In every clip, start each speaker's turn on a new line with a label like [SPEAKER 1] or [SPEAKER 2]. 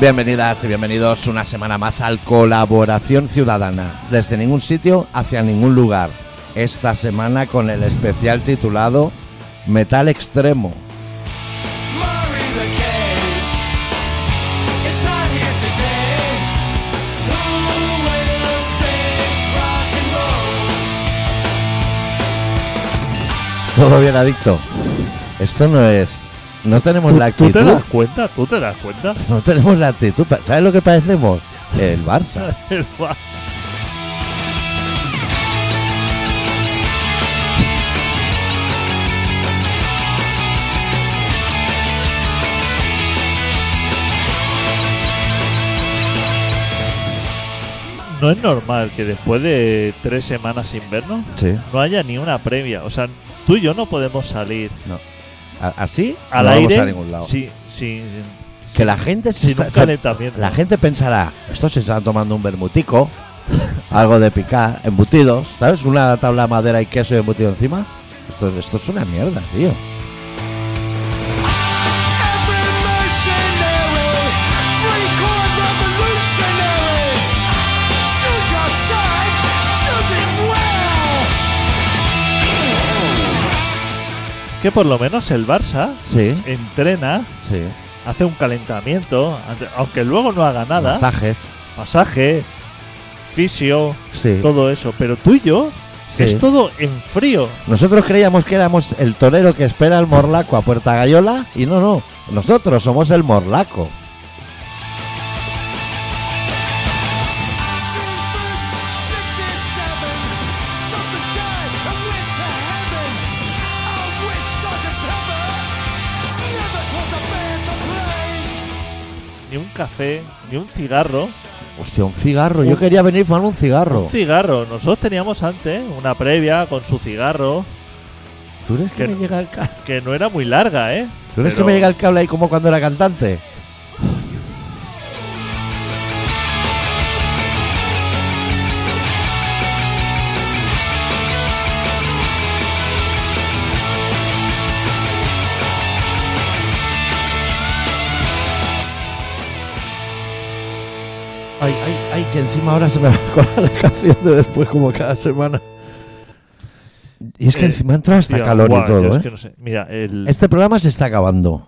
[SPEAKER 1] Bienvenidas y bienvenidos una semana más al Colaboración Ciudadana, desde ningún sitio hacia ningún lugar. Esta semana con el especial titulado Metal Extremo.
[SPEAKER 2] Murray the Cave It's not here today. Who will save rock and roll?
[SPEAKER 1] Todo bien adicto. Esto no es... No tenemos
[SPEAKER 3] ¿Tú,
[SPEAKER 1] la
[SPEAKER 3] tú
[SPEAKER 1] actitud.
[SPEAKER 3] te das cuenta? ¿Tú te das cuenta?
[SPEAKER 1] No tenemos la actitud. pa- ¿Sabes lo que parecemos? El Barça.
[SPEAKER 3] El Bar- No es normal que después de tres semanas sin vernos
[SPEAKER 1] Sí.
[SPEAKER 3] no haya ni una previa. O sea, tú y yo no podemos salir
[SPEAKER 1] A- Así
[SPEAKER 3] al
[SPEAKER 1] no
[SPEAKER 3] aire
[SPEAKER 1] vamos a ningún lado.
[SPEAKER 3] sin- sin- sin-
[SPEAKER 1] Que la gente se
[SPEAKER 3] sin
[SPEAKER 1] está-
[SPEAKER 3] un
[SPEAKER 1] se-
[SPEAKER 3] calentamiento.
[SPEAKER 1] La gente pensará, estos se están tomando un vermutico, algo de picar, embutidos, ¿sabes? Una tabla de madera y queso y embutido encima. Esto, esto es una mierda, tío.
[SPEAKER 2] Every mercenary, free corn revolutionaries. Choose your side, choose it well.
[SPEAKER 3] Que por lo menos el Barça
[SPEAKER 1] Sí,
[SPEAKER 3] entrena
[SPEAKER 1] sí.
[SPEAKER 3] hace un calentamiento, ante- aunque luego no haga nada,
[SPEAKER 1] Masajes.
[SPEAKER 3] masaje, fisio,
[SPEAKER 1] Sí.
[SPEAKER 3] todo eso, pero tú y yo
[SPEAKER 1] Sí.
[SPEAKER 3] es todo en frío.
[SPEAKER 1] Nosotros creíamos que éramos el torero que espera el morlaco a Puerta Gallola y no, no. Nosotros somos el morlaco.
[SPEAKER 2] June 1st, 67. Something died and went to heaven. I wish Sergeant Pepper never told a man to play.
[SPEAKER 3] Ni un café, ni un cigarro.
[SPEAKER 1] Hostia, un cigarro.
[SPEAKER 3] Un-
[SPEAKER 1] Yo quería venir a fumar un cigarro.
[SPEAKER 3] Un cigarro. Nosotros teníamos antes una previa con su cigarro,
[SPEAKER 1] ¿Tú eres que
[SPEAKER 3] que
[SPEAKER 1] me
[SPEAKER 3] no.
[SPEAKER 1] llega el cable?
[SPEAKER 3] que no era muy larga, ¿eh?
[SPEAKER 1] ¿Tú eres que
[SPEAKER 3] Pero-
[SPEAKER 1] me llega el cable ahí como cuando era cantante? Ay, ay, ay, que encima ahora se me va a colar la canción de después como cada semana. Y es que
[SPEAKER 3] Eh,
[SPEAKER 1] encima ha entrado hasta
[SPEAKER 3] Tío,
[SPEAKER 1] calor
[SPEAKER 3] guau,
[SPEAKER 1] y
[SPEAKER 3] yo
[SPEAKER 1] todo,
[SPEAKER 3] es
[SPEAKER 1] ¿eh?
[SPEAKER 3] que no sé. Mira, el-
[SPEAKER 1] Este programa se está acabando.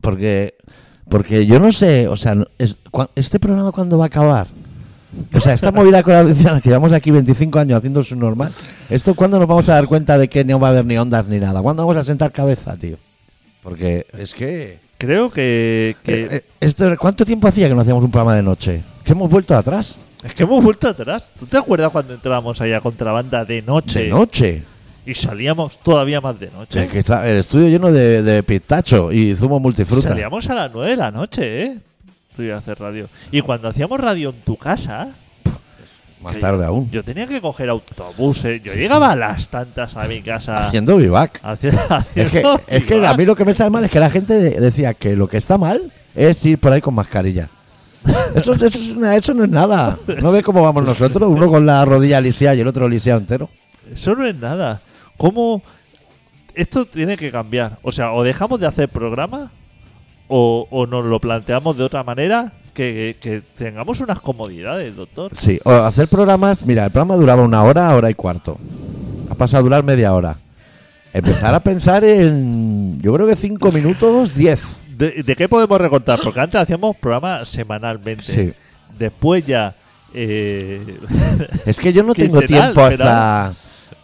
[SPEAKER 1] Porque porque yo no sé, o sea, no- es- cua- ¿este programa cuándo va a acabar? O sea, esta movida con la audiencia, que llevamos aquí 25 años haciendo su normal, ¿esto cuándo nos vamos a dar cuenta de que no va a haber ni ondas ni nada? ¿Cuándo vamos a sentar cabeza, tío? Porque es que...
[SPEAKER 3] creo que, que-
[SPEAKER 1] eh, eh, esto- ¿Cuánto tiempo hacía que no hacíamos un programa de noche? Que hemos vuelto atrás.
[SPEAKER 3] es que hemos vuelto atrás. ¿Tú te acuerdas cuando entrábamos ahí a contrabanda de noche
[SPEAKER 1] De noche.
[SPEAKER 3] y salíamos todavía más de
[SPEAKER 1] O sea,
[SPEAKER 3] noche?
[SPEAKER 1] que está el estudio lleno de, de pistacho y zumo multifruta.
[SPEAKER 3] Salíamos a las 9 de la noche, ¿eh? Tú ibas a hacer radio. Y cuando hacíamos radio en tu casa,
[SPEAKER 1] Más tarde aún.
[SPEAKER 3] yo tenía que coger autobuses. Yo llegaba a las tantas a mi casa.
[SPEAKER 1] Haciendo vivac.
[SPEAKER 3] haci-
[SPEAKER 1] Es que,
[SPEAKER 3] haciendo
[SPEAKER 1] es que
[SPEAKER 3] vivac.
[SPEAKER 1] a mí lo que me sale mal es que la gente de- decía que lo que está mal es ir por ahí con mascarilla. Eso, eso es una- eso no es nada. ¿No ves cómo vamos nosotros? Uno con la rodilla lisiada y el otro lisiado entero.
[SPEAKER 3] Eso no es nada. ¿Cómo.? Esto tiene que cambiar. O sea, o dejamos de hacer programa o, o nos lo planteamos de otra manera que, que tengamos unas comodidades, doctor.
[SPEAKER 1] Sí, o hacer programas. Mira, el programa duraba una hora, hora y cuarto. Ha pasado a durar media hora. Empezar a pensar en. Yo creo que cinco minutos, diez.
[SPEAKER 3] ¿De, de qué podemos recortar? Porque antes hacíamos programas semanalmente.
[SPEAKER 1] Sí.
[SPEAKER 3] Después ya. eh,
[SPEAKER 1] Es que yo no tengo
[SPEAKER 3] Quincenal,
[SPEAKER 1] tiempo
[SPEAKER 3] pero-
[SPEAKER 1] hasta.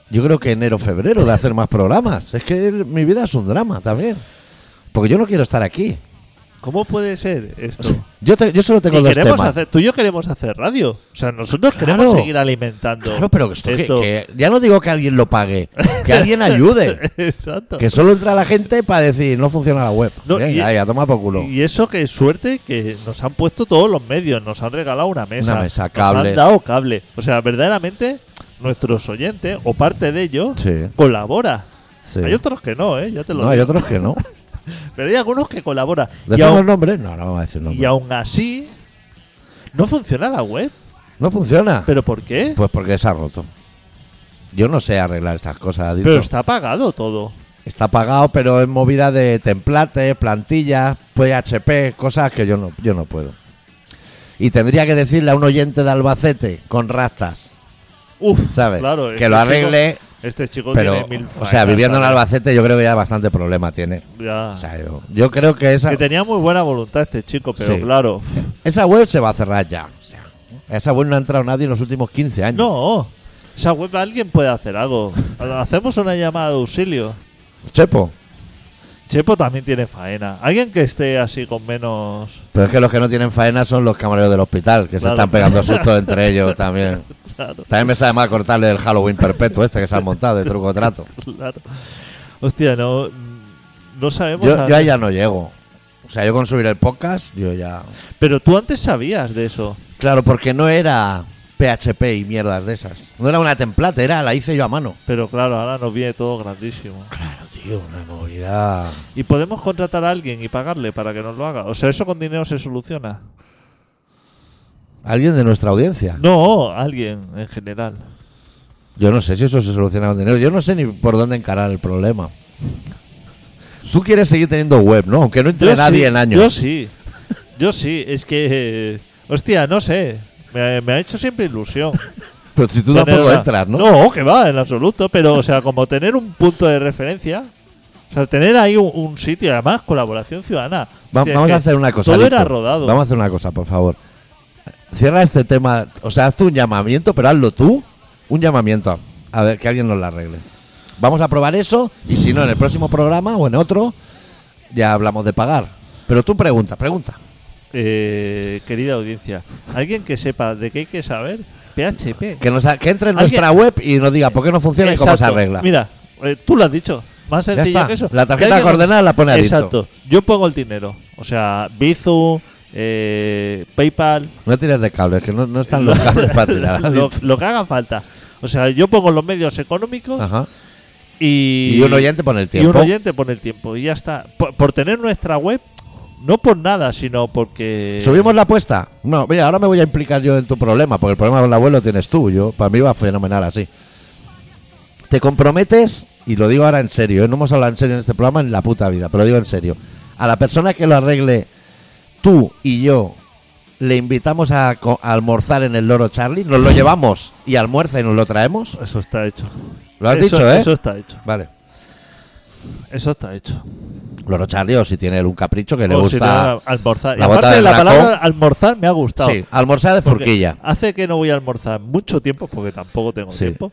[SPEAKER 1] Yo creo que enero, febrero de hacer más programas. Es que mi vida es un drama también. Porque yo no quiero estar aquí.
[SPEAKER 3] ¿Cómo puede ser esto?
[SPEAKER 1] Yo, te- yo solo tengo
[SPEAKER 3] Y
[SPEAKER 1] dos
[SPEAKER 3] queremos
[SPEAKER 1] temas.
[SPEAKER 3] hacer, tú y yo queremos hacer radio. O sea, nosotros queremos
[SPEAKER 1] Claro.
[SPEAKER 3] seguir alimentando.
[SPEAKER 1] Claro, pero esto, que-
[SPEAKER 3] esto.
[SPEAKER 1] Que, ya no digo que alguien lo pague, que alguien ayude.
[SPEAKER 3] Exacto.
[SPEAKER 1] Que solo entra la gente para decir, no funciona la web.
[SPEAKER 3] No,
[SPEAKER 1] Venga,
[SPEAKER 3] y-
[SPEAKER 1] ahí, a tomar por culo.
[SPEAKER 3] Y este eso que suerte que nos han puesto todos los medios, nos han regalado una mesa,
[SPEAKER 1] Una mesa,
[SPEAKER 3] nos
[SPEAKER 1] cables.
[SPEAKER 3] han dado cable. O sea, verdaderamente nuestros oyentes o parte de ellos
[SPEAKER 1] Sí.
[SPEAKER 3] colabora.
[SPEAKER 1] Sí.
[SPEAKER 3] Hay otros que no, ¿eh? ya te lo
[SPEAKER 1] no, hay
[SPEAKER 3] digo.
[SPEAKER 1] otros que no.
[SPEAKER 3] Pero hay algunos que colaboran. Y
[SPEAKER 1] ¿Decimos
[SPEAKER 3] aun,
[SPEAKER 1] nombres? No, no vamos a decir nombres.
[SPEAKER 3] y aun así no funciona la web.
[SPEAKER 1] No funciona.
[SPEAKER 3] ¿Pero por qué?
[SPEAKER 1] Pues porque se ha roto. Yo no sé arreglar esas cosas, Adito.
[SPEAKER 3] Pero está apagado todo.
[SPEAKER 1] Está pagado, pero es movida de templates, plantillas, PHP, cosas que yo no, yo no puedo. Y tendría que decirle a un oyente de Albacete con rastas,
[SPEAKER 3] Uf,
[SPEAKER 1] ¿sabes?
[SPEAKER 3] claro.
[SPEAKER 1] que lo
[SPEAKER 3] este chico-
[SPEAKER 1] arregle,
[SPEAKER 3] este chico
[SPEAKER 1] pero,
[SPEAKER 3] tiene mil
[SPEAKER 1] o sea,
[SPEAKER 3] faenas,
[SPEAKER 1] viviendo en
[SPEAKER 3] ¿sabes?
[SPEAKER 1] Albacete yo creo que ya bastante problema tiene.
[SPEAKER 3] Ya.
[SPEAKER 1] O sea, yo, yo creo que esa,
[SPEAKER 3] que tenía muy buena voluntad este chico, pero
[SPEAKER 1] Sí.
[SPEAKER 3] claro.
[SPEAKER 1] esa web se va a cerrar ya. O sea, a esa web no ha entrado nadie en los últimos 15 años.
[SPEAKER 3] No. Esa web alguien puede hacer algo. Hacemos una llamada de auxilio.
[SPEAKER 1] Chepo.
[SPEAKER 3] Chepo también tiene faena. Alguien que esté así con menos.
[SPEAKER 1] Pero es que los que no tienen faena son los camareros del hospital, que se
[SPEAKER 3] Claro.
[SPEAKER 1] están pegando sustos entre ellos también.
[SPEAKER 3] Claro,
[SPEAKER 1] También me sabe mal cortarle el Halloween perpetuo este que se han montado de truco trato.
[SPEAKER 3] claro. Hostia, no. No sabemos.
[SPEAKER 1] Yo,
[SPEAKER 3] a-
[SPEAKER 1] yo ahí ya no llego. O sea, yo con subir el podcast, yo ya.
[SPEAKER 3] Pero tú antes sabías de eso.
[SPEAKER 1] Claro, porque no era PHP y mierdas de esas. No era una template, era la hice yo a mano.
[SPEAKER 3] Pero claro, ahora nos viene todo grandísimo.
[SPEAKER 1] Claro, tío, una movida.
[SPEAKER 3] ¿Y podemos contratar a alguien y pagarle para que nos lo haga? O sea, eso con dinero se soluciona.
[SPEAKER 1] Alguien de nuestra audiencia.
[SPEAKER 3] No, alguien en general.
[SPEAKER 1] Yo no sé si eso se soluciona con dinero. Yo no sé ni por dónde encarar el problema. Tú quieres seguir teniendo web, ¿no? Aunque no entre
[SPEAKER 3] Yo
[SPEAKER 1] nadie
[SPEAKER 3] sí,
[SPEAKER 1] en
[SPEAKER 3] Yo
[SPEAKER 1] años.
[SPEAKER 3] sí. Yo sí. Es que. eh, hostia, no sé. Me, me ha hecho siempre ilusión.
[SPEAKER 1] Pero si tú
[SPEAKER 3] tener
[SPEAKER 1] tampoco
[SPEAKER 3] una-
[SPEAKER 1] entras, ¿no?
[SPEAKER 3] No, que va, en absoluto. Pero, o sea, como tener un punto de referencia. O sea, tener ahí un, un sitio, además, colaboración ciudadana.
[SPEAKER 1] Va-
[SPEAKER 3] Hostia, es
[SPEAKER 1] vamos
[SPEAKER 3] que
[SPEAKER 1] a hacer una cosa.
[SPEAKER 3] Todo
[SPEAKER 1] Víctor.
[SPEAKER 3] era rodado.
[SPEAKER 1] Vamos a hacer una cosa, por favor. Cierra este tema. O sea, haz tú un llamamiento, pero hazlo tú. Un llamamiento. a- A ver, que alguien nos la arregle. Vamos a probar eso y si no, en el próximo programa o en otro, ya hablamos de pagar. Pero tú pregunta, pregunta.
[SPEAKER 3] Eh, querida audiencia, alguien que sepa de qué hay que saber, PHP.
[SPEAKER 1] Que, nos, a- que entre en nuestra web y nos diga por qué no funciona y cómo se
[SPEAKER 3] Exacto.
[SPEAKER 1] arregla.
[SPEAKER 3] Mira, eh, tú lo has dicho. Más
[SPEAKER 1] Ya
[SPEAKER 3] sencillo
[SPEAKER 1] está.
[SPEAKER 3] que eso.
[SPEAKER 1] La tarjeta
[SPEAKER 3] Que alguien-
[SPEAKER 1] coordenada la pone adicto.
[SPEAKER 3] Exacto. Yo pongo el dinero. O sea, Bizu, eh, PayPal,
[SPEAKER 1] No tires de cables, que no, no están los cables para tirar. ha
[SPEAKER 3] lo,
[SPEAKER 1] dicho.
[SPEAKER 3] lo que haga falta. O sea, yo pongo los medios económicos
[SPEAKER 1] Ajá.
[SPEAKER 3] y,
[SPEAKER 1] Y un oyente pone el
[SPEAKER 3] y un
[SPEAKER 1] tiempo.
[SPEAKER 3] oyente pone el tiempo. Y ya está. Por, por tener nuestra web, no por nada, sino porque.
[SPEAKER 1] ¿Subimos la apuesta? No, mira, ahora me voy a implicar yo en tu problema, porque el problema con la web lo tienes tú. Yo, para mí va fenomenal así. Te comprometes, y lo digo ahora en serio, ¿eh? no hemos hablado en serio en este programa en la puta vida, pero lo digo en serio. A la persona que lo arregle, tú y yo, le invitamos a, co- a almorzar en el Loro Charlie, nos lo llevamos y almuerza y nos lo traemos.
[SPEAKER 3] Eso está hecho.
[SPEAKER 1] Lo has
[SPEAKER 3] Eso-
[SPEAKER 1] dicho, ¿eh?
[SPEAKER 3] Eso está hecho.
[SPEAKER 1] Vale.
[SPEAKER 3] Eso está hecho.
[SPEAKER 1] Loro Charlie, o si tiene un capricho que le
[SPEAKER 3] O Oh, si
[SPEAKER 1] gusta.
[SPEAKER 3] no, almorzar. Y
[SPEAKER 1] la bota
[SPEAKER 3] aparte
[SPEAKER 1] de
[SPEAKER 3] la
[SPEAKER 1] Draco.
[SPEAKER 3] palabra almorzar me ha gustado.
[SPEAKER 1] sí, almorzar de
[SPEAKER 3] Porque
[SPEAKER 1] forquilla.
[SPEAKER 3] Hace que no voy a almorzar mucho tiempo, porque tampoco tengo
[SPEAKER 1] Sí.
[SPEAKER 3] tiempo.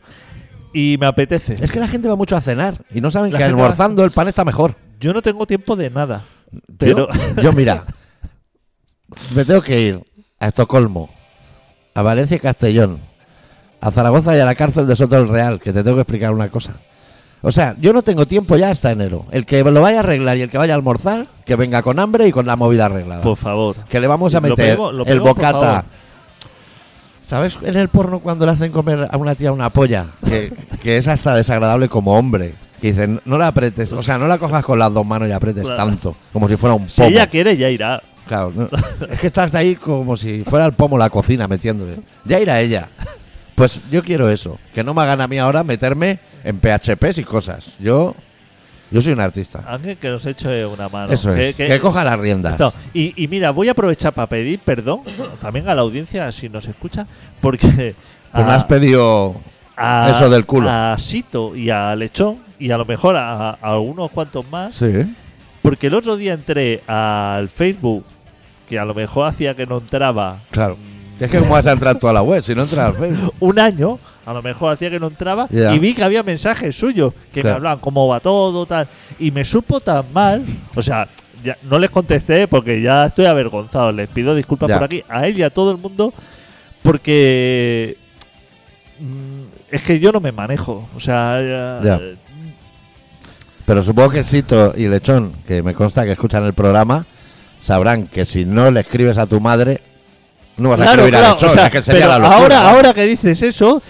[SPEAKER 3] Y me apetece.
[SPEAKER 1] Es que la gente va mucho a cenar y no saben
[SPEAKER 3] La
[SPEAKER 1] que
[SPEAKER 3] gente va-
[SPEAKER 1] almorzando el pan está mejor.
[SPEAKER 3] Yo no tengo tiempo de nada.
[SPEAKER 1] Yo,
[SPEAKER 3] Pero-
[SPEAKER 1] yo, mira, me tengo que ir a Estocolmo, a Valencia y Castellón, a Zaragoza y a la cárcel de Soto del Real, que te tengo que explicar una cosa. O sea, yo no tengo tiempo ya hasta enero. El que lo vaya a arreglar y el que vaya a almorzar, que venga con hambre y con la movida arreglada.
[SPEAKER 3] Por favor.
[SPEAKER 1] que le vamos a
[SPEAKER 3] lo
[SPEAKER 1] meter
[SPEAKER 3] pedimos- lo
[SPEAKER 1] el
[SPEAKER 3] pedimos, por favor.
[SPEAKER 1] bocata. ¿Sabes en el porno cuando le hacen comer a una tía una polla? Que, que es hasta desagradable como hombre. Que dicen, no la apretes, o sea, no la cojas con las dos manos y apretes
[SPEAKER 3] Claro.
[SPEAKER 1] tanto, como si fuera un pomo.
[SPEAKER 3] Si ella quiere, ya irá.
[SPEAKER 1] Claro, no. es que estás ahí como si fuera el pomo la cocina metiéndole. Ya irá ella. Pues yo quiero eso. Que no me hagan a mí ahora meterme en PHPs y cosas. Yo, yo soy un artista.
[SPEAKER 3] Alguien que nos eche una mano.
[SPEAKER 1] eso
[SPEAKER 3] Que-
[SPEAKER 1] es. Que,
[SPEAKER 3] que-
[SPEAKER 1] coja las riendas.
[SPEAKER 3] No, y, y mira, voy a aprovechar para pedir perdón también a la audiencia si nos escucha, porque
[SPEAKER 1] Tú me has pedido
[SPEAKER 3] a-
[SPEAKER 1] eso del culo.
[SPEAKER 3] a Sito y a Lechón y a lo mejor a, a unos cuantos más,
[SPEAKER 1] Sí, ¿eh?
[SPEAKER 3] porque el otro día entré al Facebook, que a lo mejor hacía que no entraba
[SPEAKER 1] claro. Es que cómo vas a entrar tú a la web si no entras al Facebook.
[SPEAKER 3] un año, a lo mejor hacía que no entraba,
[SPEAKER 1] Ya.
[SPEAKER 3] y vi que había mensajes suyos que
[SPEAKER 1] Claro.
[SPEAKER 3] me hablaban cómo va todo, tal. Y me supo tan mal, o sea, ya, no les contesté porque ya estoy avergonzado. Les pido disculpas
[SPEAKER 1] Ya.
[SPEAKER 3] por aquí a él y a todo el mundo porque mm, es que yo no me manejo. O sea, ya-
[SPEAKER 1] Ya. Pero supongo que Sito y Lechón, que me consta que escuchan el programa, sabrán que si no le escribes a tu madre, no vas a
[SPEAKER 3] Claro,
[SPEAKER 1] escribir a
[SPEAKER 3] claro,
[SPEAKER 1] Lechón.
[SPEAKER 3] o sea,
[SPEAKER 1] es que sería
[SPEAKER 3] pero
[SPEAKER 1] la locura,
[SPEAKER 3] ahora,
[SPEAKER 1] ¿no?
[SPEAKER 3] ahora que dices eso,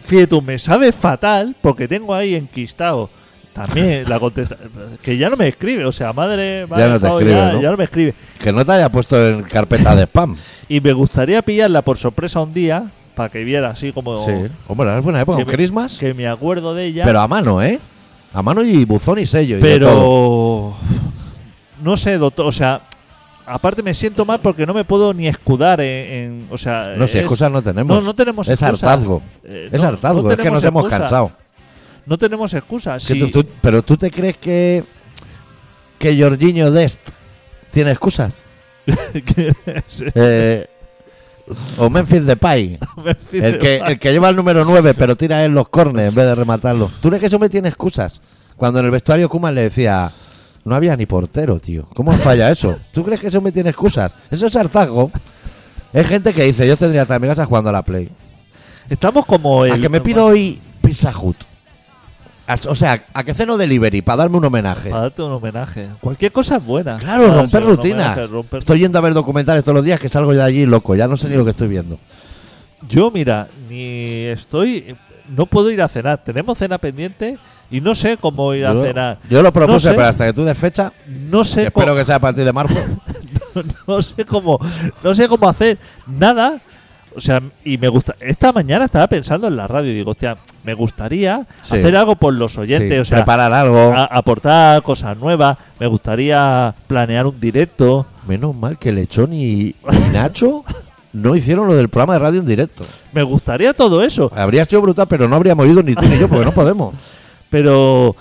[SPEAKER 3] Fietu me sabe fatal porque tengo ahí enquistado también la contesta que ya no me escribe, o sea, madre, madre
[SPEAKER 1] Ya no te
[SPEAKER 3] jo,
[SPEAKER 1] escribe,
[SPEAKER 3] ya-
[SPEAKER 1] ¿no?
[SPEAKER 3] ya no me escribe.
[SPEAKER 1] Que no te haya puesto en carpeta de spam.
[SPEAKER 3] Y me gustaría pillarla por sorpresa un día para que viera así como
[SPEAKER 1] Sí. Hombre, ahora es buena época,
[SPEAKER 3] que,
[SPEAKER 1] un
[SPEAKER 3] me,
[SPEAKER 1] Christmas.
[SPEAKER 3] que me acuerdo de ella.
[SPEAKER 1] Pero a mano, ¿eh? A mano y buzón y sello. y de todo.
[SPEAKER 3] Pero. No sé, doctor. O sea, aparte me siento mal porque no me puedo ni escudar en. en- o sea,
[SPEAKER 1] No, si
[SPEAKER 3] es-
[SPEAKER 1] excusas no tenemos.
[SPEAKER 3] No, no tenemos
[SPEAKER 1] Es
[SPEAKER 3] excusa.
[SPEAKER 1] hartazgo.
[SPEAKER 3] Eh,
[SPEAKER 1] es
[SPEAKER 3] no,
[SPEAKER 1] hartazgo,
[SPEAKER 3] no
[SPEAKER 1] es que
[SPEAKER 3] tenemos
[SPEAKER 1] nos hemos
[SPEAKER 3] excusa.
[SPEAKER 1] cansado.
[SPEAKER 3] No tenemos excusas.
[SPEAKER 1] Que tú- tú- pero tú te crees que. que Jorginho Dest tiene excusas. Eh, o Memphis Depay. El que, eh, el que lleva el número 9, pero tira en los cornes en vez de rematarlo. ¿Tú crees que ese hombre tiene excusas? Cuando en el vestuario Kuman le decía, no había ni portero, tío. ¿Cómo falla eso? ¿Tú crees que ese hombre tiene excusas? Eso es hartazgo. Es gente que dice, yo tendría también mi casa jugando a la Play.
[SPEAKER 3] Estamos como.
[SPEAKER 1] A
[SPEAKER 3] El,
[SPEAKER 1] que me pido hoy Pizza Hut. As- O sea, a que ceno delivery para darme un homenaje.
[SPEAKER 3] Para darte un homenaje. Cualquier cosa es buena.
[SPEAKER 1] Claro,
[SPEAKER 3] Para
[SPEAKER 1] romper
[SPEAKER 3] hacer un
[SPEAKER 1] rutinas.
[SPEAKER 3] homenaje, romper-
[SPEAKER 1] Estoy yendo a ver documentales todos los días que salgo de allí loco. Ya no sé ni lo que estoy viendo.
[SPEAKER 3] Yo, mira, ni estoy. No puedo ir a cenar. Tenemos cena pendiente y no sé cómo ir a
[SPEAKER 1] Yo,
[SPEAKER 3] cenar.
[SPEAKER 1] yo lo propuse,
[SPEAKER 3] No sé.
[SPEAKER 1] pero hasta que tú des fecha,
[SPEAKER 3] No
[SPEAKER 1] que
[SPEAKER 3] sé,
[SPEAKER 1] espero
[SPEAKER 3] cómo-
[SPEAKER 1] que sea a partir de marzo.
[SPEAKER 3] no sé cómo. No sé cómo hacer nada. O sea, y me gusta. Esta mañana estaba pensando en la radio y digo, hostia, me gustaría
[SPEAKER 1] Sí.
[SPEAKER 3] hacer algo por los oyentes.
[SPEAKER 1] Sí,
[SPEAKER 3] o sea, ah.
[SPEAKER 1] preparar algo.
[SPEAKER 3] a- aportar cosas nuevas. Me gustaría planear un directo.
[SPEAKER 1] Menos mal que Lechón y, y Nacho no hicieron lo del programa de radio en directo.
[SPEAKER 3] Me gustaría todo eso.
[SPEAKER 1] Habría sido brutal, pero no habríamos ido ni tú ni yo, porque no podemos.
[SPEAKER 3] Pero,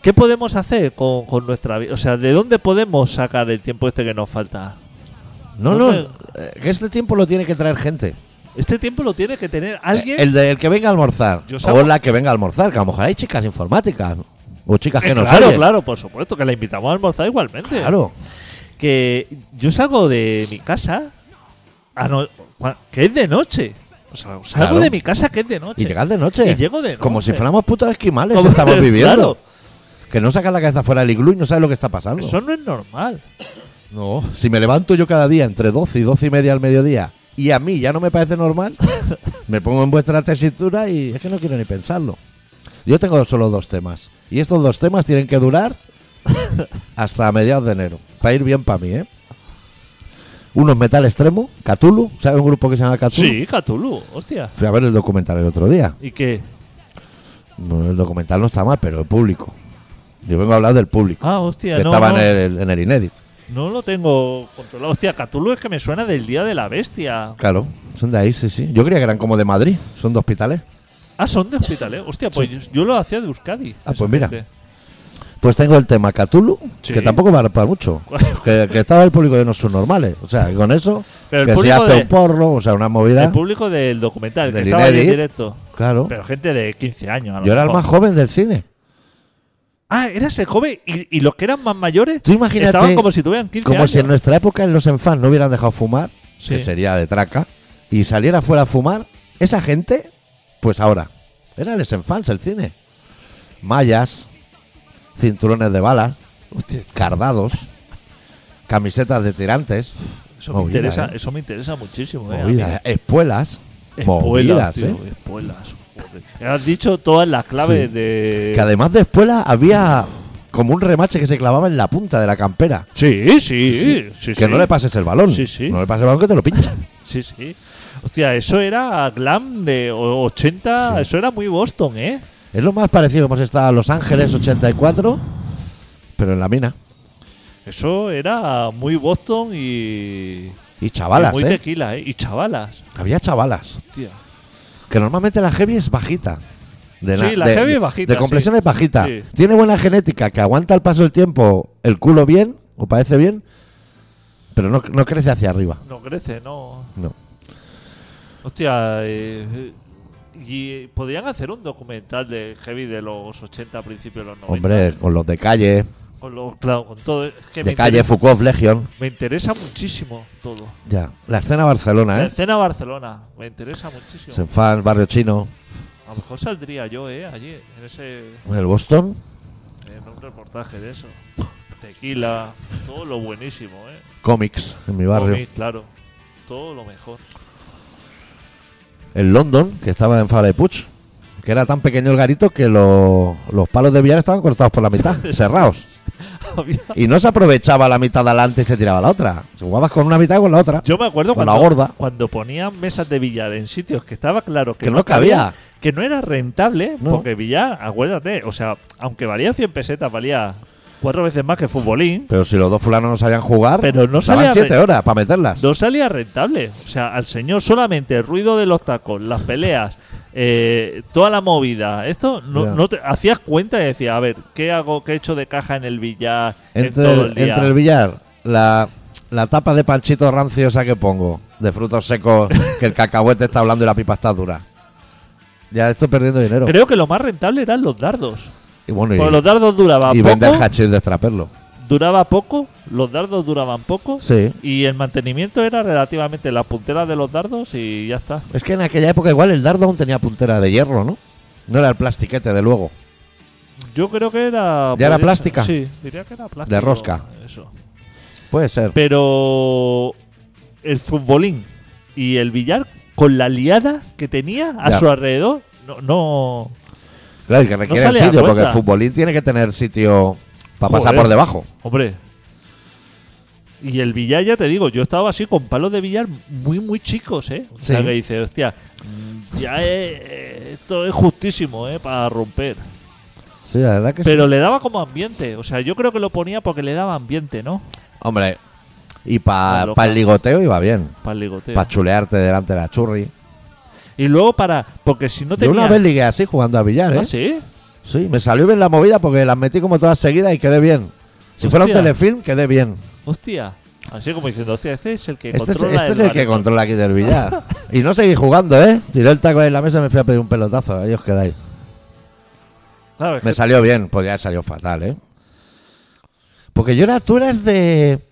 [SPEAKER 3] ¿qué podemos hacer con, con nuestra vida? O sea, ¿de dónde podemos sacar el tiempo este que nos falta?
[SPEAKER 1] No,
[SPEAKER 3] No
[SPEAKER 1] no.
[SPEAKER 3] me-
[SPEAKER 1] eh, que Este tiempo lo tiene que traer gente. Eh,
[SPEAKER 3] Este tiempo lo tiene que tener alguien.
[SPEAKER 1] El, del que venga a almorzar.
[SPEAKER 3] Yo
[SPEAKER 1] O
[SPEAKER 3] sabo-
[SPEAKER 1] la que venga a almorzar, que a lo mejor hay chicas informáticas. O chicas que
[SPEAKER 3] Eh,
[SPEAKER 1] no
[SPEAKER 3] claro,
[SPEAKER 1] oyen.
[SPEAKER 3] claro, por supuesto, que la invitamos a almorzar igualmente.
[SPEAKER 1] Claro.
[SPEAKER 3] Que yo salgo de mi casa, a no- cua- que es de noche. O sea, salgo
[SPEAKER 1] Claro.
[SPEAKER 3] de mi casa que es de noche.
[SPEAKER 1] Y llegas de noche.
[SPEAKER 3] Y llego de
[SPEAKER 1] Como
[SPEAKER 3] noche.
[SPEAKER 1] si fuéramos putos esquimales
[SPEAKER 3] Como-
[SPEAKER 1] estamos
[SPEAKER 3] Claro,
[SPEAKER 1] viviendo. Que no sacas la cabeza fuera del iglú y no sabes lo que está pasando.
[SPEAKER 3] eso no es normal.
[SPEAKER 1] No. Si me levanto yo cada día entre 12 y 12 y media al mediodía y a mí ya no me parece normal, me pongo en vuestra tesitura y es que no quiero ni pensarlo. Yo tengo solo dos temas. Y estos dos temas tienen que durar hasta mediados de enero. Para ir bien para mí, ¿eh? Uno es metal extremo, Cthulhu. ¿Sabes un grupo que se llama Cthulhu?
[SPEAKER 3] Sí, Catulú, hostia.
[SPEAKER 1] Fui a ver el documental el otro día.
[SPEAKER 3] ¿Y qué?
[SPEAKER 1] Bueno, El documental no está mal, pero el público. Yo vengo a hablar del público.
[SPEAKER 3] Ah, hostia,
[SPEAKER 1] que
[SPEAKER 3] no.
[SPEAKER 1] estaba
[SPEAKER 3] no.
[SPEAKER 1] En, el, en el Inédit.
[SPEAKER 3] No lo tengo controlado. Hostia, Cthulhu es que me suena del Día de la Bestia.
[SPEAKER 1] Claro, son de ahí, sí, sí. Yo creía que eran como de Madrid, son de hospitales.
[SPEAKER 3] Ah, son de hospital, ¿eh? Hostia, pues yo, yo lo hacía de Euskadi.
[SPEAKER 1] Ah, pues
[SPEAKER 3] esa
[SPEAKER 1] mira.
[SPEAKER 3] gente.
[SPEAKER 1] Pues tengo el tema Cthulhu,
[SPEAKER 3] Sí.
[SPEAKER 1] que tampoco va para mucho. que, que estaba el público de los subnormales. O sea, con eso,
[SPEAKER 3] Pero el
[SPEAKER 1] que se
[SPEAKER 3] público
[SPEAKER 1] hace
[SPEAKER 3] de-
[SPEAKER 1] un porro, o sea, una
[SPEAKER 3] El
[SPEAKER 1] movida.
[SPEAKER 3] público del documental,
[SPEAKER 1] Del
[SPEAKER 3] que estaba ahí en
[SPEAKER 1] Inédit.
[SPEAKER 3] directo.
[SPEAKER 1] Claro.
[SPEAKER 3] Pero gente de 15 años. a lo
[SPEAKER 1] Yo era el
[SPEAKER 3] mejor.
[SPEAKER 1] más joven del cine.
[SPEAKER 3] Ah, eras el joven y, y los que eran más mayores
[SPEAKER 1] Tú imagínate
[SPEAKER 3] estaban como si tuvieran 15
[SPEAKER 1] Como
[SPEAKER 3] años.
[SPEAKER 1] si en nuestra época en los enfans no hubieran dejado fumar,
[SPEAKER 3] Sí.
[SPEAKER 1] que sería de traca, y saliera fuera a fumar, esa gente, pues ahora. Era los enfans el cine. Mallas, cinturones de balas,
[SPEAKER 3] Hostia,
[SPEAKER 1] cardados, camisetas de tirantes,
[SPEAKER 3] eso, me
[SPEAKER 1] Movida,
[SPEAKER 3] interesa,
[SPEAKER 1] ¿eh?
[SPEAKER 3] eso me interesa muchísimo. eh, a
[SPEAKER 1] movidas,
[SPEAKER 3] mí.
[SPEAKER 1] espuelas,
[SPEAKER 3] Espuelas,
[SPEAKER 1] movidas,
[SPEAKER 3] tío,
[SPEAKER 1] ¿eh?
[SPEAKER 3] espuelas, joder. Has dicho todas las claves
[SPEAKER 1] Sí.
[SPEAKER 3] de...
[SPEAKER 1] Que además de espuelas había como un remache que se clavaba en la punta de la campera.
[SPEAKER 3] Sí, sí, sí. sí,
[SPEAKER 1] que
[SPEAKER 3] sí.
[SPEAKER 1] no le pases el balón.
[SPEAKER 3] Sí, sí.
[SPEAKER 1] No le pases el balón que te lo pincha.
[SPEAKER 3] Sí, sí. Hostia, eso era glam de o- 80. Eso era muy Boston, ¿eh?
[SPEAKER 1] Es lo más parecido que hemos estado a Los Ángeles 84, pero en la mina.
[SPEAKER 3] Eso era muy Boston y.
[SPEAKER 1] Y chavalas,
[SPEAKER 3] y muy
[SPEAKER 1] ¿eh?
[SPEAKER 3] tequila, ¿eh? Y chavalas.
[SPEAKER 1] Había chavalas.
[SPEAKER 3] Hostia.
[SPEAKER 1] Que normalmente la heavy es bajita. De
[SPEAKER 3] Sí,
[SPEAKER 1] na-
[SPEAKER 3] la
[SPEAKER 1] de-
[SPEAKER 3] heavy es
[SPEAKER 1] de-
[SPEAKER 3] bajita,
[SPEAKER 1] De complexión
[SPEAKER 3] sí.
[SPEAKER 1] es bajita.
[SPEAKER 3] Sí.
[SPEAKER 1] Tiene buena genética, que aguanta el paso del tiempo el culo bien, o parece bien, pero no, no crece hacia arriba.
[SPEAKER 3] No crece, no.
[SPEAKER 1] No.
[SPEAKER 3] Hostia, eh, eh, y eh, podrían hacer un documental de heavy de los 80, principios de los 90.
[SPEAKER 1] Hombre, con los de calle,
[SPEAKER 3] Con los, claro, con todo. Es que me,
[SPEAKER 1] de calle ¿Eh?
[SPEAKER 3] interesa,
[SPEAKER 1] Foucault, Legion.
[SPEAKER 3] me interesa muchísimo todo.
[SPEAKER 1] Ya. La escena
[SPEAKER 3] La
[SPEAKER 1] Barcelona, ¿eh?
[SPEAKER 3] escena Barcelona, me interesa muchísimo.
[SPEAKER 1] Senfans, Barrio Chino,
[SPEAKER 3] A lo mejor saldría yo, ¿eh? Allí, en ese.
[SPEAKER 1] el Boston.
[SPEAKER 3] En Eh, un reportaje de eso. Tequila, todo lo buenísimo, ¿eh?
[SPEAKER 1] Comics, en mi barrio.
[SPEAKER 3] Comic, claro. Todo lo mejor.
[SPEAKER 1] el London, que estaba en Fabra de Puig, que era tan pequeño el garito que lo- los palos de billar estaban cortados por la mitad, cerrados.
[SPEAKER 3] Había-
[SPEAKER 1] Y no se aprovechaba la mitad de adelante y se tiraba la otra. Se jugabas con una mitad y con la otra.
[SPEAKER 3] Yo me acuerdo
[SPEAKER 1] Con
[SPEAKER 3] cuando,
[SPEAKER 1] la gorda.
[SPEAKER 3] cuando ponían mesas de billar en sitios que estaba claro que,
[SPEAKER 1] Que no cabía.
[SPEAKER 3] que no era rentable,
[SPEAKER 1] No.
[SPEAKER 3] porque Villar, acuérdate, o sea, aunque valía 100 pesetas, valía cuatro veces más que Futbolín,
[SPEAKER 1] Pero si los dos fulanos no sabían jugar,
[SPEAKER 3] Pero no
[SPEAKER 1] estaban
[SPEAKER 3] sabía-
[SPEAKER 1] siete horas para meterlas.
[SPEAKER 3] no salía rentable. O sea, al señor solamente el ruido de los tacos, las peleas, eh, toda la movida, esto, no,
[SPEAKER 1] Ya.
[SPEAKER 3] no te, hacías cuenta y decías, a ver, ¿qué hago, qué he hecho de caja en el Villar
[SPEAKER 1] entre,
[SPEAKER 3] en todo
[SPEAKER 1] el,
[SPEAKER 3] el día?
[SPEAKER 1] entre el billar, la, la tapa de panchito rancio esa que pongo, de frutos secos, que el cacahuete está hablando y la pipa está dura. Ya estoy perdiendo dinero.
[SPEAKER 3] Creo que lo más rentable eran los dardos.
[SPEAKER 1] y bueno, y,
[SPEAKER 3] Porque los dardos duraba
[SPEAKER 1] y
[SPEAKER 3] poco.
[SPEAKER 1] vender hachís de extraperlo.
[SPEAKER 3] duraba poco, los dardos duraban poco
[SPEAKER 1] Sí.
[SPEAKER 3] y el mantenimiento era relativamente las punteras de los dardos y ya está.
[SPEAKER 1] Es que en aquella época igual el dardo aún tenía puntera de hierro, ¿no? No era el plastiquete, de luego.
[SPEAKER 3] Yo creo que era...
[SPEAKER 1] ¿Ya era
[SPEAKER 3] podría-
[SPEAKER 1] plástica?
[SPEAKER 3] Sí, diría que era plástica.
[SPEAKER 1] De rosca.
[SPEAKER 3] Eso.
[SPEAKER 1] Puede ser.
[SPEAKER 3] Pero el futbolín y el billar con la liada que tenía a
[SPEAKER 1] Ya.
[SPEAKER 3] su alrededor, no... no
[SPEAKER 1] Claro, y que requiere el
[SPEAKER 3] salía a
[SPEAKER 1] sitio, porque el
[SPEAKER 3] cuenta.
[SPEAKER 1] futbolín tiene que tener sitio para pasar
[SPEAKER 3] Joder.
[SPEAKER 1] por debajo.
[SPEAKER 3] hombre. Y el billar, ya te digo, yo estaba así con palos de billar muy, muy chicos, ¿eh? O sea,
[SPEAKER 1] Sí.
[SPEAKER 3] que dice, hostia, ya es- esto es justísimo, ¿eh? Para romper.
[SPEAKER 1] Sí, la verdad que sí.
[SPEAKER 3] Pero le daba como ambiente. O sea, yo creo que lo ponía porque le daba ambiente, ¿no?
[SPEAKER 1] Hombre, y para
[SPEAKER 3] Una loca.
[SPEAKER 1] el ligoteo iba bien.
[SPEAKER 3] Para el ligoteo.
[SPEAKER 1] Para chulearte delante de la churri.
[SPEAKER 3] y luego para. Porque si no
[SPEAKER 1] Yo
[SPEAKER 3] tenía.
[SPEAKER 1] una vez ligué así jugando a billar, ¿eh?
[SPEAKER 3] Ah, sí.
[SPEAKER 1] Sí, me salió bien la movida porque las metí como todas seguidas y quedé bien. Si fuera un
[SPEAKER 3] Hostia.
[SPEAKER 1] telefilm, quedé bien.
[SPEAKER 3] Hostia. Así como diciendo, hostia, este es el que
[SPEAKER 1] Este es,
[SPEAKER 3] controla.
[SPEAKER 1] este es el que
[SPEAKER 3] baremo.
[SPEAKER 1] controla aquí del billar. y no seguí jugando, ¿eh? Tiré el taco ahí en la mesa y me fui a pedir un pelotazo. Ahí os quedáis.
[SPEAKER 3] Claro, es
[SPEAKER 1] Me
[SPEAKER 3] que-
[SPEAKER 1] salió bien, podría haber salido fatal, ¿eh? Porque yo era, tú eras de.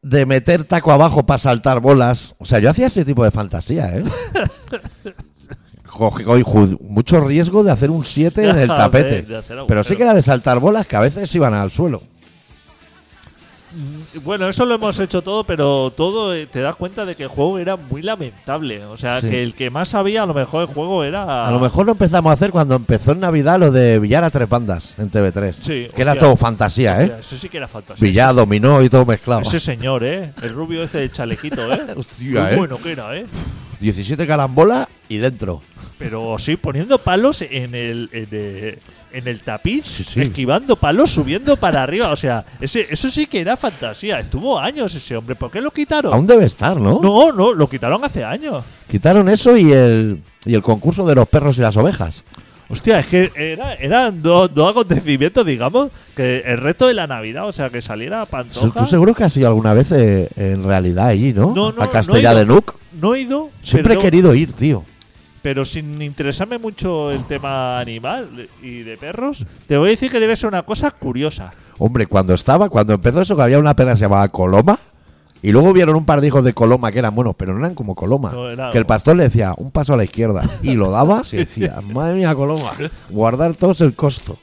[SPEAKER 1] de meter taco abajo para saltar bolas. O sea, yo hacía ese tipo de fantasía, ¿eh? Cogí- cogí ju- mucho riesgo de hacer un 7 en el
[SPEAKER 3] De-
[SPEAKER 1] tapete.
[SPEAKER 3] de hacer
[SPEAKER 1] Pero sí
[SPEAKER 3] agujero.
[SPEAKER 1] que era de saltar bolas que a veces iban al suelo.
[SPEAKER 3] Bueno, eso lo hemos hecho todo, pero todo eh, te das cuenta de que el juego era muy lamentable. O sea,
[SPEAKER 1] Sí.
[SPEAKER 3] que el que más sabía, a lo mejor el juego era.
[SPEAKER 1] A lo mejor lo empezamos a hacer cuando empezó en Navidad lo de billar a tres bandas en TV3.
[SPEAKER 3] Sí,
[SPEAKER 1] que
[SPEAKER 3] hostia.
[SPEAKER 1] era todo fantasía,
[SPEAKER 3] Hostia,
[SPEAKER 1] ¿eh?
[SPEAKER 3] Eso sí que era fantasía.
[SPEAKER 1] Billar, dominó y todo mezclado.
[SPEAKER 3] Ese señor, ¿eh? El rubio este del chalequito, ¿eh?
[SPEAKER 1] Hostia,
[SPEAKER 3] Muy
[SPEAKER 1] ¿eh?
[SPEAKER 3] bueno que era, ¿eh?
[SPEAKER 1] 17 carambolas y dentro.
[SPEAKER 3] Pero sí, poniendo palos en el, en el, en el tapiz,
[SPEAKER 1] Sí, sí.
[SPEAKER 3] esquivando palos, subiendo para arriba. O sea, ese, eso sí que era fantasía. Estuvo años ese hombre. ¿Por qué lo quitaron?
[SPEAKER 1] Aún debe estar, ¿no?
[SPEAKER 3] No, no, lo quitaron hace años.
[SPEAKER 1] Quitaron eso y el, y el concurso de los perros y las ovejas.
[SPEAKER 3] Hostia, es que era, eran dos, dos acontecimientos, digamos, que el resto de la Navidad, o sea, que saliera
[SPEAKER 1] Tú
[SPEAKER 3] Pantoja.
[SPEAKER 1] tú seguro que has ido alguna vez eh, en realidad allí, ¿no?
[SPEAKER 3] No, no,
[SPEAKER 1] a Castellá
[SPEAKER 3] no
[SPEAKER 1] de
[SPEAKER 3] he ido.
[SPEAKER 1] Nuc.
[SPEAKER 3] No he ido,
[SPEAKER 1] Siempre
[SPEAKER 3] pero,
[SPEAKER 1] he querido ir, tío.
[SPEAKER 3] pero sin interesarme mucho el tema animal y de perros, te voy a decir que debe ser una cosa curiosa.
[SPEAKER 1] Hombre, cuando estaba, cuando empezó eso, que había una pena que se llamaba Coloma. Y luego vieron un par de hijos de Coloma que eran buenos, pero no eran como Coloma.
[SPEAKER 3] No, era-
[SPEAKER 1] que el pastor le decía, un paso a la izquierda. Y lo daba y decía, madre mía, Coloma, guardar todos el costo.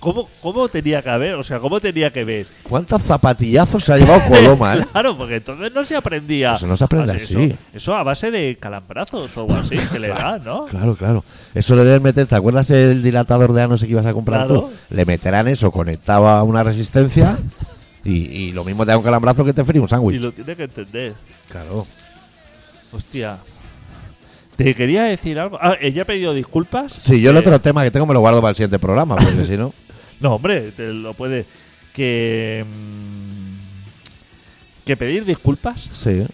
[SPEAKER 3] ¿Cómo, ¿Cómo tenía que haber? O sea, ¿cómo tenía que ver?
[SPEAKER 1] ¿Cuántos zapatillazos se ha llevado Coloma, eh?
[SPEAKER 3] Claro, porque entonces no se aprendía. Ah,
[SPEAKER 1] Eso no se aprende así.
[SPEAKER 3] Eso, eso a base de calambrazos o algo así que le dan, ¿no?
[SPEAKER 1] Claro, claro. Eso le deben meter. ¿Te acuerdas el dilatador de anos que ibas a comprar
[SPEAKER 3] Claro.
[SPEAKER 1] tú? Le meterán eso, conectaba a una resistencia y, y lo mismo te da un calambrazo que te fríe un
[SPEAKER 3] Y
[SPEAKER 1] sándwich.
[SPEAKER 3] lo tiene que entender.
[SPEAKER 1] Claro.
[SPEAKER 3] Hostia. Te quería decir algo. Ah, ella ha pedido disculpas.
[SPEAKER 1] Sí, yo el
[SPEAKER 3] Eh,
[SPEAKER 1] otro tema que tengo me lo guardo para el siguiente programa, porque si no.
[SPEAKER 3] No, hombre, te lo puede. Que. mm, que pedir disculpas
[SPEAKER 1] Sí.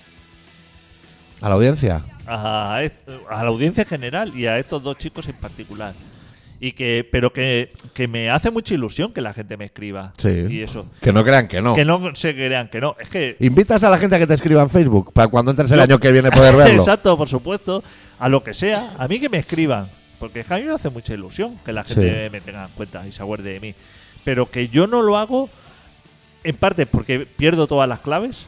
[SPEAKER 1] A la audiencia.
[SPEAKER 3] a, est- a la audiencia en general y a estos dos chicos en particular. Y que, pero que, que me hace mucha ilusión que la gente me escriba.
[SPEAKER 1] Sí.
[SPEAKER 3] Y eso.
[SPEAKER 1] Que no crean que no.
[SPEAKER 3] Que no se crean que no. Es que.
[SPEAKER 1] Invitas a la gente a que te escriba en Facebook para cuando entres el
[SPEAKER 3] Yo-
[SPEAKER 1] año que viene poder verlo.
[SPEAKER 3] Exacto, por supuesto. A lo que sea, a mí que me escriban. Porque es que a mí me hace mucha ilusión que la gente
[SPEAKER 1] Sí.
[SPEAKER 3] me tenga en cuenta y se acuerde de mí. Pero que yo no lo hago, en parte porque pierdo todas las claves.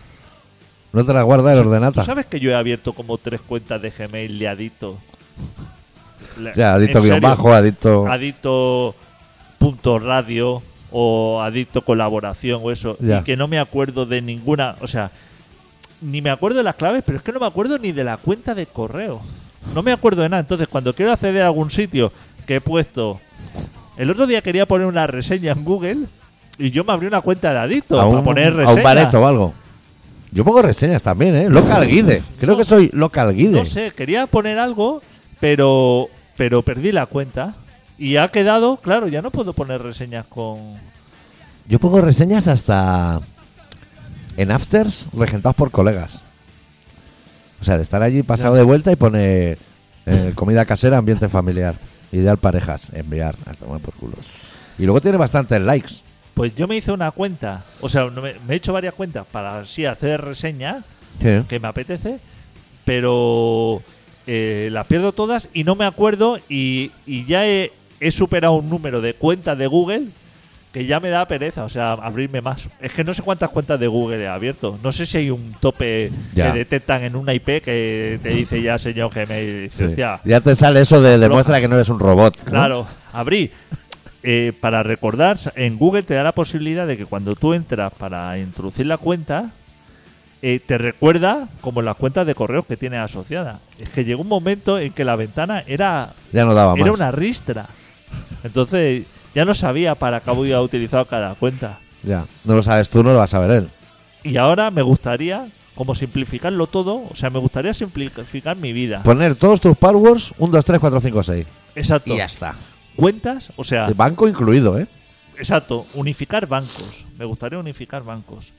[SPEAKER 1] No te la guarda el ordenata.
[SPEAKER 3] ¿Tú sabes que yo he abierto como tres cuentas de Gmail de adicto? Le-
[SPEAKER 1] Ya, adicto
[SPEAKER 3] en
[SPEAKER 1] guión
[SPEAKER 3] serio.
[SPEAKER 1] bajo, adicto.
[SPEAKER 3] Adicto punto radio o adicto colaboración o eso
[SPEAKER 1] Ya.
[SPEAKER 3] y que no me acuerdo de ninguna o sea ni me acuerdo de las claves pero es que no me acuerdo ni de la cuenta de correo no me acuerdo de nada entonces cuando quiero acceder a algún sitio que he puesto el otro día quería poner una reseña en Google y yo me abrí una cuenta de adicto
[SPEAKER 1] a
[SPEAKER 3] para poner
[SPEAKER 1] a
[SPEAKER 3] reseña
[SPEAKER 1] un bareto o algo. Yo pongo reseñas también, ¿eh? Local Guide. Creo
[SPEAKER 3] No.
[SPEAKER 1] que soy Local Guide.
[SPEAKER 3] no sé quería poner algo Pero, pero perdí la cuenta. Y ha quedado, claro, ya no puedo poner reseñas con.
[SPEAKER 1] Yo pongo reseñas hasta en afters regentados por colegas. O sea, de estar allí pasado de vuelta y poner eh, comida casera, ambiente familiar. Ideal parejas, enviar a tomar por culo. Y luego tiene bastantes likes.
[SPEAKER 3] Pues yo me hice una cuenta, o sea, no me, me he hecho varias cuentas para así hacer reseñas
[SPEAKER 1] Sí.
[SPEAKER 3] que me apetece, pero eh, las pierdo todas y no me acuerdo y, y ya he, he superado un número de cuentas de Google que ya me da pereza, o sea, abrirme más. Es que no sé cuántas cuentas de Google he abierto. No sé si hay un tope
[SPEAKER 1] Ya.
[SPEAKER 3] que detectan en una IP que te dice ya, señor Gmail, y dice,
[SPEAKER 1] Sí.
[SPEAKER 3] "Hostia,
[SPEAKER 1] Ya te sale eso de demuestra que no eres un robot. ¿no?
[SPEAKER 3] Claro, abrí. Eh, para recordar, en Google te da la posibilidad de que cuando tú entras para introducir la cuenta, eh, te recuerda como las cuentas de correos que tienes asociadas. Es que llegó un momento en que la ventana era,
[SPEAKER 1] Ya no daba más.
[SPEAKER 3] era una ristra. Entonces ya no sabía para qué había utilizado cada cuenta.
[SPEAKER 1] Ya. No lo sabes tú, no lo vas a ver él.
[SPEAKER 3] Y ahora me gustaría como simplificarlo todo, o sea, me gustaría simplificar mi vida.
[SPEAKER 1] Poner todos tus passwords 1, 2, 3, 4, 5, 6.
[SPEAKER 3] Exacto.
[SPEAKER 1] Y ya está.
[SPEAKER 3] Cuentas, o sea,
[SPEAKER 1] El banco incluido, ¿eh?
[SPEAKER 3] Exacto, unificar bancos. Me gustaría unificar bancos.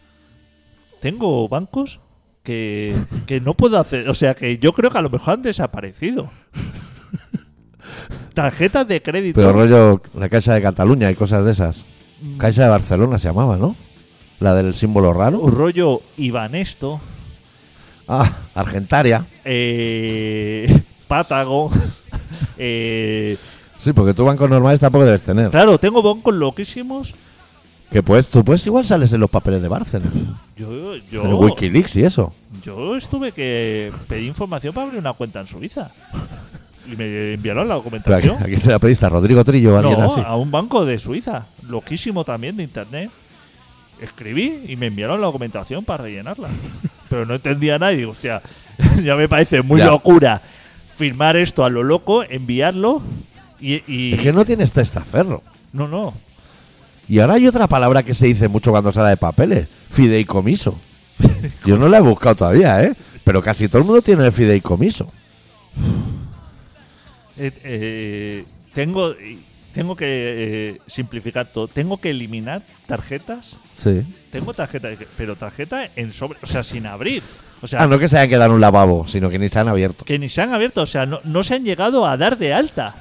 [SPEAKER 3] Tengo bancos que, que no puedo hacer. O sea, que yo creo que a lo mejor han desaparecido. Tarjetas de crédito.
[SPEAKER 1] Pero rollo la Caixa de Cataluña y cosas de esas.
[SPEAKER 3] Mm.
[SPEAKER 1] Caixa de Barcelona se llamaba, ¿no? La del símbolo raro.
[SPEAKER 3] rollo Ibanesto.
[SPEAKER 1] Ah, Argentaria.
[SPEAKER 3] Eh, Patagon. eh,
[SPEAKER 1] Sí, porque tú bancos normales tampoco debes tener.
[SPEAKER 3] claro, tengo bancos loquísimos.
[SPEAKER 1] Que pues, tú pues igual sales en los papeles de Bárcenas.
[SPEAKER 3] Yo, yo,
[SPEAKER 1] En Wikileaks y eso.
[SPEAKER 3] yo estuve que pedí información para abrir una cuenta en Suiza. Y me enviaron la
[SPEAKER 1] Pero
[SPEAKER 3] documentación.
[SPEAKER 1] aquí, aquí se la pediste a Rodrigo Trillo o alguien
[SPEAKER 3] no, ah,
[SPEAKER 1] así.
[SPEAKER 3] a un banco de Suiza, loquísimo también de internet. Escribí y me enviaron la documentación para rellenarla. Pero no entendía nada y digo, hostia, ya me parece muy
[SPEAKER 1] Ya.
[SPEAKER 3] locura firmar esto a lo loco, enviarlo y. y-
[SPEAKER 1] Es que no tienes testaferro.
[SPEAKER 3] no, no.
[SPEAKER 1] Y ahora hay otra palabra que se dice mucho cuando se habla de papeles, fideicomiso. Yo no la he buscado todavía, ¿eh? Pero casi todo el mundo tiene el fideicomiso.
[SPEAKER 3] Eh, eh, tengo, tengo que eh, simplificar todo. Tengo que eliminar tarjetas.
[SPEAKER 1] Sí.
[SPEAKER 3] Tengo tarjetas, pero tarjetas en sobre. O sea, sin abrir. O sea,
[SPEAKER 1] Ah, no que se hayan quedado en un lavabo, sino que ni se han abierto.
[SPEAKER 3] que ni se han abierto. O sea, no, no se han llegado a dar de alta.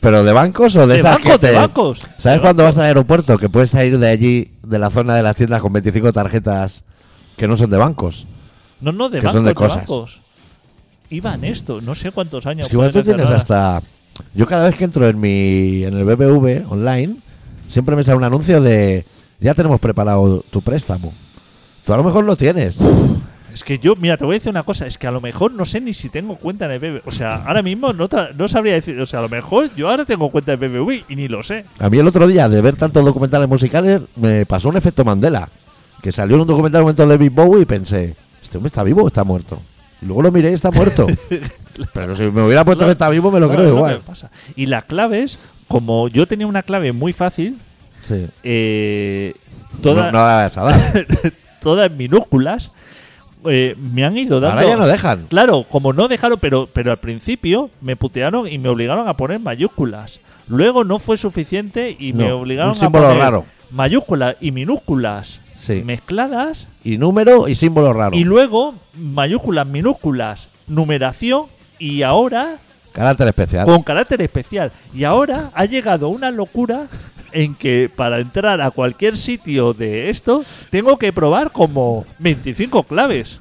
[SPEAKER 1] ¿Pero de bancos o de,
[SPEAKER 3] De
[SPEAKER 1] esas
[SPEAKER 3] bancos,
[SPEAKER 1] que
[SPEAKER 3] de
[SPEAKER 1] te-
[SPEAKER 3] bancos.
[SPEAKER 1] ¿Sabes
[SPEAKER 3] De
[SPEAKER 1] cuando vas al aeropuerto que puedes salir de allí, de la zona de las tiendas, con 25 tarjetas que no son de bancos?
[SPEAKER 3] No, no, de
[SPEAKER 1] Que
[SPEAKER 3] bancos,
[SPEAKER 1] son de
[SPEAKER 3] de
[SPEAKER 1] cosas.
[SPEAKER 3] bancos. Iban esto, no sé cuántos años.
[SPEAKER 1] Es que igual tú
[SPEAKER 3] pueden
[SPEAKER 1] tienes
[SPEAKER 3] encerrar.
[SPEAKER 1] hasta... Yo cada vez que entro en mi en el BBV online, siempre me sale un anuncio de... Ya tenemos preparado tu préstamo. Tú a lo mejor lo tienes.
[SPEAKER 3] Es que yo, mira, te voy a decir una cosa, es que a lo mejor no sé ni si tengo cuenta en el BBV. O sea, ahora mismo no, tra- no sabría decir, o sea, a lo mejor yo ahora tengo cuenta en BBV y ni lo sé.
[SPEAKER 1] A mí el otro día, de ver tantos documentales musicales, me pasó un efecto Mandela. Que salió en un documental un momento de David Bowie y pensé, ¿este hombre está vivo o está muerto? Y luego lo miré y está muerto. Pero si me hubiera puesto que está vivo, me lo
[SPEAKER 3] No,
[SPEAKER 1] creo
[SPEAKER 3] es que
[SPEAKER 1] igual.
[SPEAKER 3] me pasa. Y las claves, como yo tenía una clave muy fácil,
[SPEAKER 1] Sí.
[SPEAKER 3] eh, toda-
[SPEAKER 1] No, no la vas a dar.
[SPEAKER 3] todas en minúsculas, eh, me han ido dando.
[SPEAKER 1] Ahora ya no dejan.
[SPEAKER 3] Claro, como no dejaron, pero, pero al principio me putearon y me obligaron a poner mayúsculas. Luego no fue suficiente y me
[SPEAKER 1] No,
[SPEAKER 3] obligaron
[SPEAKER 1] un símbolo
[SPEAKER 3] a poner
[SPEAKER 1] raro.
[SPEAKER 3] mayúsculas y minúsculas
[SPEAKER 1] Sí.
[SPEAKER 3] mezcladas
[SPEAKER 1] Y número y símbolo raro.
[SPEAKER 3] y luego mayúsculas, minúsculas, numeración y ahora
[SPEAKER 1] Carácter especial.
[SPEAKER 3] con carácter especial. Y ahora ha llegado una locura en que para entrar a cualquier sitio de esto tengo que probar como 25 claves.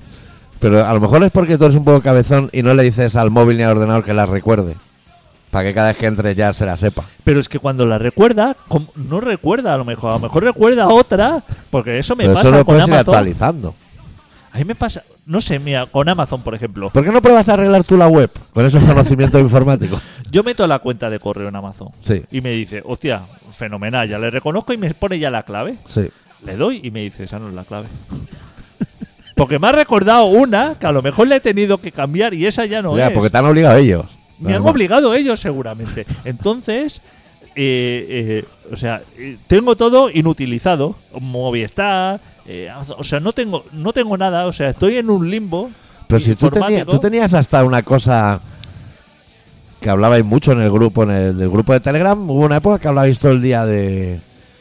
[SPEAKER 1] Pero a lo mejor es porque tú eres un poco cabezón y no le dices al móvil ni al ordenador que las recuerde. Para que cada vez que entres ya se la sepa.
[SPEAKER 3] Pero es que cuando la recuerda, com- no recuerda a lo mejor, a lo mejor recuerda otra, porque eso me
[SPEAKER 1] Pero
[SPEAKER 3] pasa
[SPEAKER 1] eso lo
[SPEAKER 3] con
[SPEAKER 1] puedes ir
[SPEAKER 3] Amazon.
[SPEAKER 1] actualizando.
[SPEAKER 3] A mí me pasa, no sé, mira, con Amazon, por ejemplo.
[SPEAKER 1] ¿Por qué no pruebas a arreglar tú la web con esos conocimientos informáticos?
[SPEAKER 3] Yo meto la cuenta de correo en Amazon
[SPEAKER 1] Sí,
[SPEAKER 3] y me dice, hostia, fenomenal, ya le reconozco y me pone ya la clave.
[SPEAKER 1] sí.
[SPEAKER 3] Le doy y me dice, esa no es la clave. Porque me ha recordado una que a lo mejor le he tenido que cambiar y esa ya no
[SPEAKER 1] Ya,
[SPEAKER 3] es.
[SPEAKER 1] porque te han obligado ellos.
[SPEAKER 3] Me han
[SPEAKER 1] Además.
[SPEAKER 3] obligado ellos seguramente. Entonces, eh, eh, o sea, eh, tengo todo inutilizado. Movistar, eh, o sea, no tengo, no tengo nada. O sea, estoy en un limbo.
[SPEAKER 1] Pero si tú tenías,
[SPEAKER 3] informático.
[SPEAKER 1] tú tenías hasta una cosa que hablabais mucho en el grupo, en el del grupo de Telegram, hubo una época que hablabais todo el día de,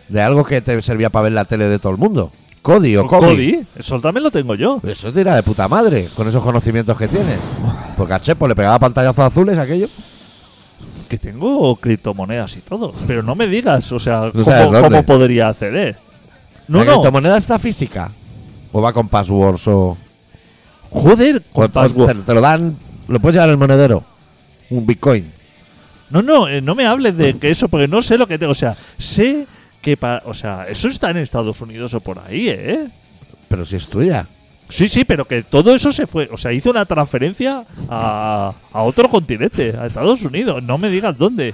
[SPEAKER 1] de algo que te servía para ver la tele de todo el mundo. Cody o
[SPEAKER 3] Con
[SPEAKER 1] Cody.
[SPEAKER 3] Pues, Cody, eso también lo tengo yo.
[SPEAKER 1] Eso te irá de puta madre, con esos conocimientos que tienes. Porque a Chepo le pegaba pantallazos azules aquello.
[SPEAKER 3] Que tengo criptomonedas y todo. Pero no me digas, o sea,
[SPEAKER 1] No
[SPEAKER 3] cómo,
[SPEAKER 1] sabes dónde.
[SPEAKER 3] cómo podría acceder. No,
[SPEAKER 1] ¿La
[SPEAKER 3] no.
[SPEAKER 1] criptomoneda está física? ¿O va con passwords o...?
[SPEAKER 3] Joder, con
[SPEAKER 1] o- o
[SPEAKER 3] password.
[SPEAKER 1] Te, te lo dan... Lo puedes llevar al monedero. Un bitcoin.
[SPEAKER 3] No, no, eh, no me hables de que eso, porque no sé lo que tengo. O sea, sé que para. O sea, eso está en Estados Unidos o por ahí, ¿eh?
[SPEAKER 1] Pero si es tuya.
[SPEAKER 3] Sí, sí, pero que todo eso se fue. O sea, hizo una transferencia a, a otro continente, a Estados Unidos. No me digas dónde.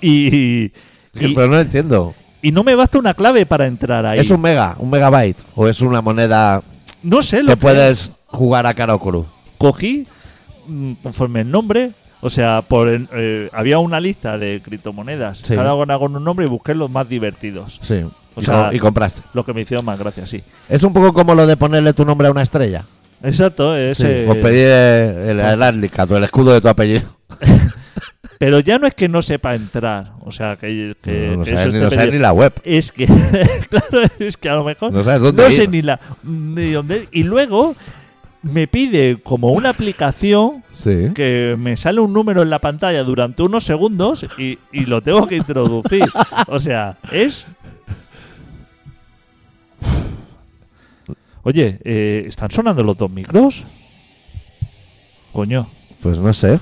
[SPEAKER 3] Y. y-
[SPEAKER 1] Pero no lo entiendo.
[SPEAKER 3] y no me basta una clave para entrar ahí.
[SPEAKER 1] ¿Es un mega? ¿Un megabyte? ¿O es una moneda
[SPEAKER 3] no sé lo
[SPEAKER 1] que
[SPEAKER 3] que
[SPEAKER 1] puedes jugar a cara o cruz?
[SPEAKER 3] cogí mm, conforme el nombre. O sea, por el- eh, había una lista de criptomonedas.
[SPEAKER 1] Sí.
[SPEAKER 3] Cada una con un nombre y busqué los más divertidos.
[SPEAKER 1] Sí.
[SPEAKER 3] O
[SPEAKER 1] y,
[SPEAKER 3] sea-
[SPEAKER 1] co- y compraste.
[SPEAKER 3] Los que me hicieron más gracia, sí.
[SPEAKER 1] Es un poco como lo de ponerle tu nombre a una estrella.
[SPEAKER 3] Exacto, ese.
[SPEAKER 1] Sí, pues O pedir el, el, el handicap o el escudo de tu apellido.
[SPEAKER 3] Pero ya no es que no sepa entrar. O sea, que, que-
[SPEAKER 1] no lo
[SPEAKER 3] que
[SPEAKER 1] sabes,
[SPEAKER 3] eso
[SPEAKER 1] ni,
[SPEAKER 3] esté
[SPEAKER 1] lo sabes
[SPEAKER 3] pedido.
[SPEAKER 1] ni la web.
[SPEAKER 3] Es que, claro, es que a lo mejor
[SPEAKER 1] No sabes dónde
[SPEAKER 3] sé
[SPEAKER 1] ir.
[SPEAKER 3] ni la ni dónde- Y luego me pide como una aplicación
[SPEAKER 1] Sí.
[SPEAKER 3] que me sale un número en la pantalla durante unos segundos y, y lo tengo que introducir. O sea, es... Oye, eh, ¿están sonando los dos micros? Coño.
[SPEAKER 1] Pues no sé.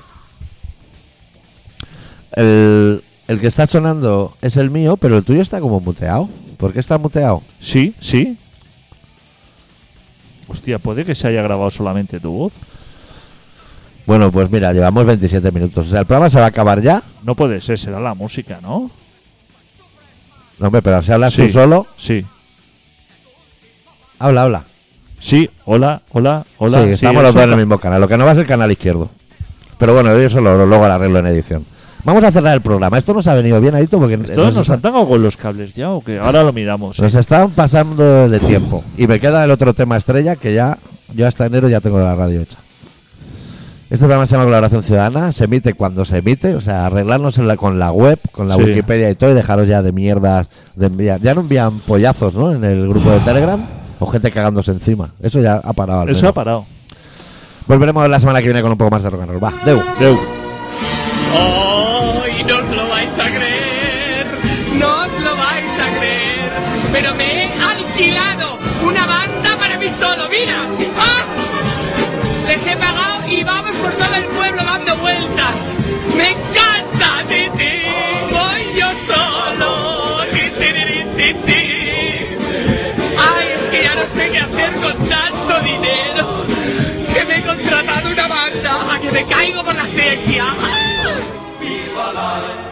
[SPEAKER 1] El, el que está sonando es el mío, pero el tuyo está como muteado. ¿Por qué está muteado?
[SPEAKER 3] Sí, sí. Hostia, puede que se haya grabado solamente tu voz.
[SPEAKER 1] Bueno, pues mira, llevamos 27 minutos. O sea, el programa se va a acabar ya.
[SPEAKER 3] No puede ser, será la música, ¿no?
[SPEAKER 1] No, hombre, pero si hablas
[SPEAKER 3] Sí.
[SPEAKER 1] tú solo,
[SPEAKER 3] Sí.
[SPEAKER 1] habla, habla.
[SPEAKER 3] Sí, hola, hola, hola.
[SPEAKER 1] sí,
[SPEAKER 3] sí,
[SPEAKER 1] estamos los
[SPEAKER 3] eso
[SPEAKER 1] dos en el
[SPEAKER 3] ta-
[SPEAKER 1] mismo canal. Lo que no va es el canal izquierdo. Pero bueno, yo eso lo, luego lo arreglo en edición. Vamos a cerrar el programa. Esto nos ha venido bien, Adito, porque
[SPEAKER 3] ¿Esto
[SPEAKER 1] nos,
[SPEAKER 3] nos
[SPEAKER 1] está-
[SPEAKER 3] han dado con los cables ya o qué? Ahora lo miramos. ¿eh?
[SPEAKER 1] nos están pasando de tiempo. Y me queda el otro tema estrella que ya, yo hasta enero ya tengo la radio hecha. Este programa se llama Colaboración Ciudadana, se emite cuando se emite, o sea, arreglarnos en la- con la web, con la
[SPEAKER 3] Sí.
[SPEAKER 1] Wikipedia y todo, y dejaros ya de mierdas, de enviar- ya no envían pollazos, ¿no? En el grupo de Telegram, o gente cagándose encima. Eso ya ha parado. al
[SPEAKER 3] Eso
[SPEAKER 1] menos.
[SPEAKER 3] ha parado.
[SPEAKER 1] Volveremos la semana que viene con un poco más de rock and roll. Va, deu.
[SPEAKER 3] Deu.
[SPEAKER 4] Hoy no os lo vais a creer, no os lo vais a creer, pero me he alquilado una banda para mí solo, mira. ¡Ah! Les he pagado y vamos por todo el pueblo dando vueltas. Me encanta, ti, ti, voy yo solo. ti, ti, ti, ti, ti. Ay, es que ya no sé qué hacer con tanto dinero. Que me he contratado una banda a que me caigo por la sequía. ¡Ah!
[SPEAKER 5] Viva la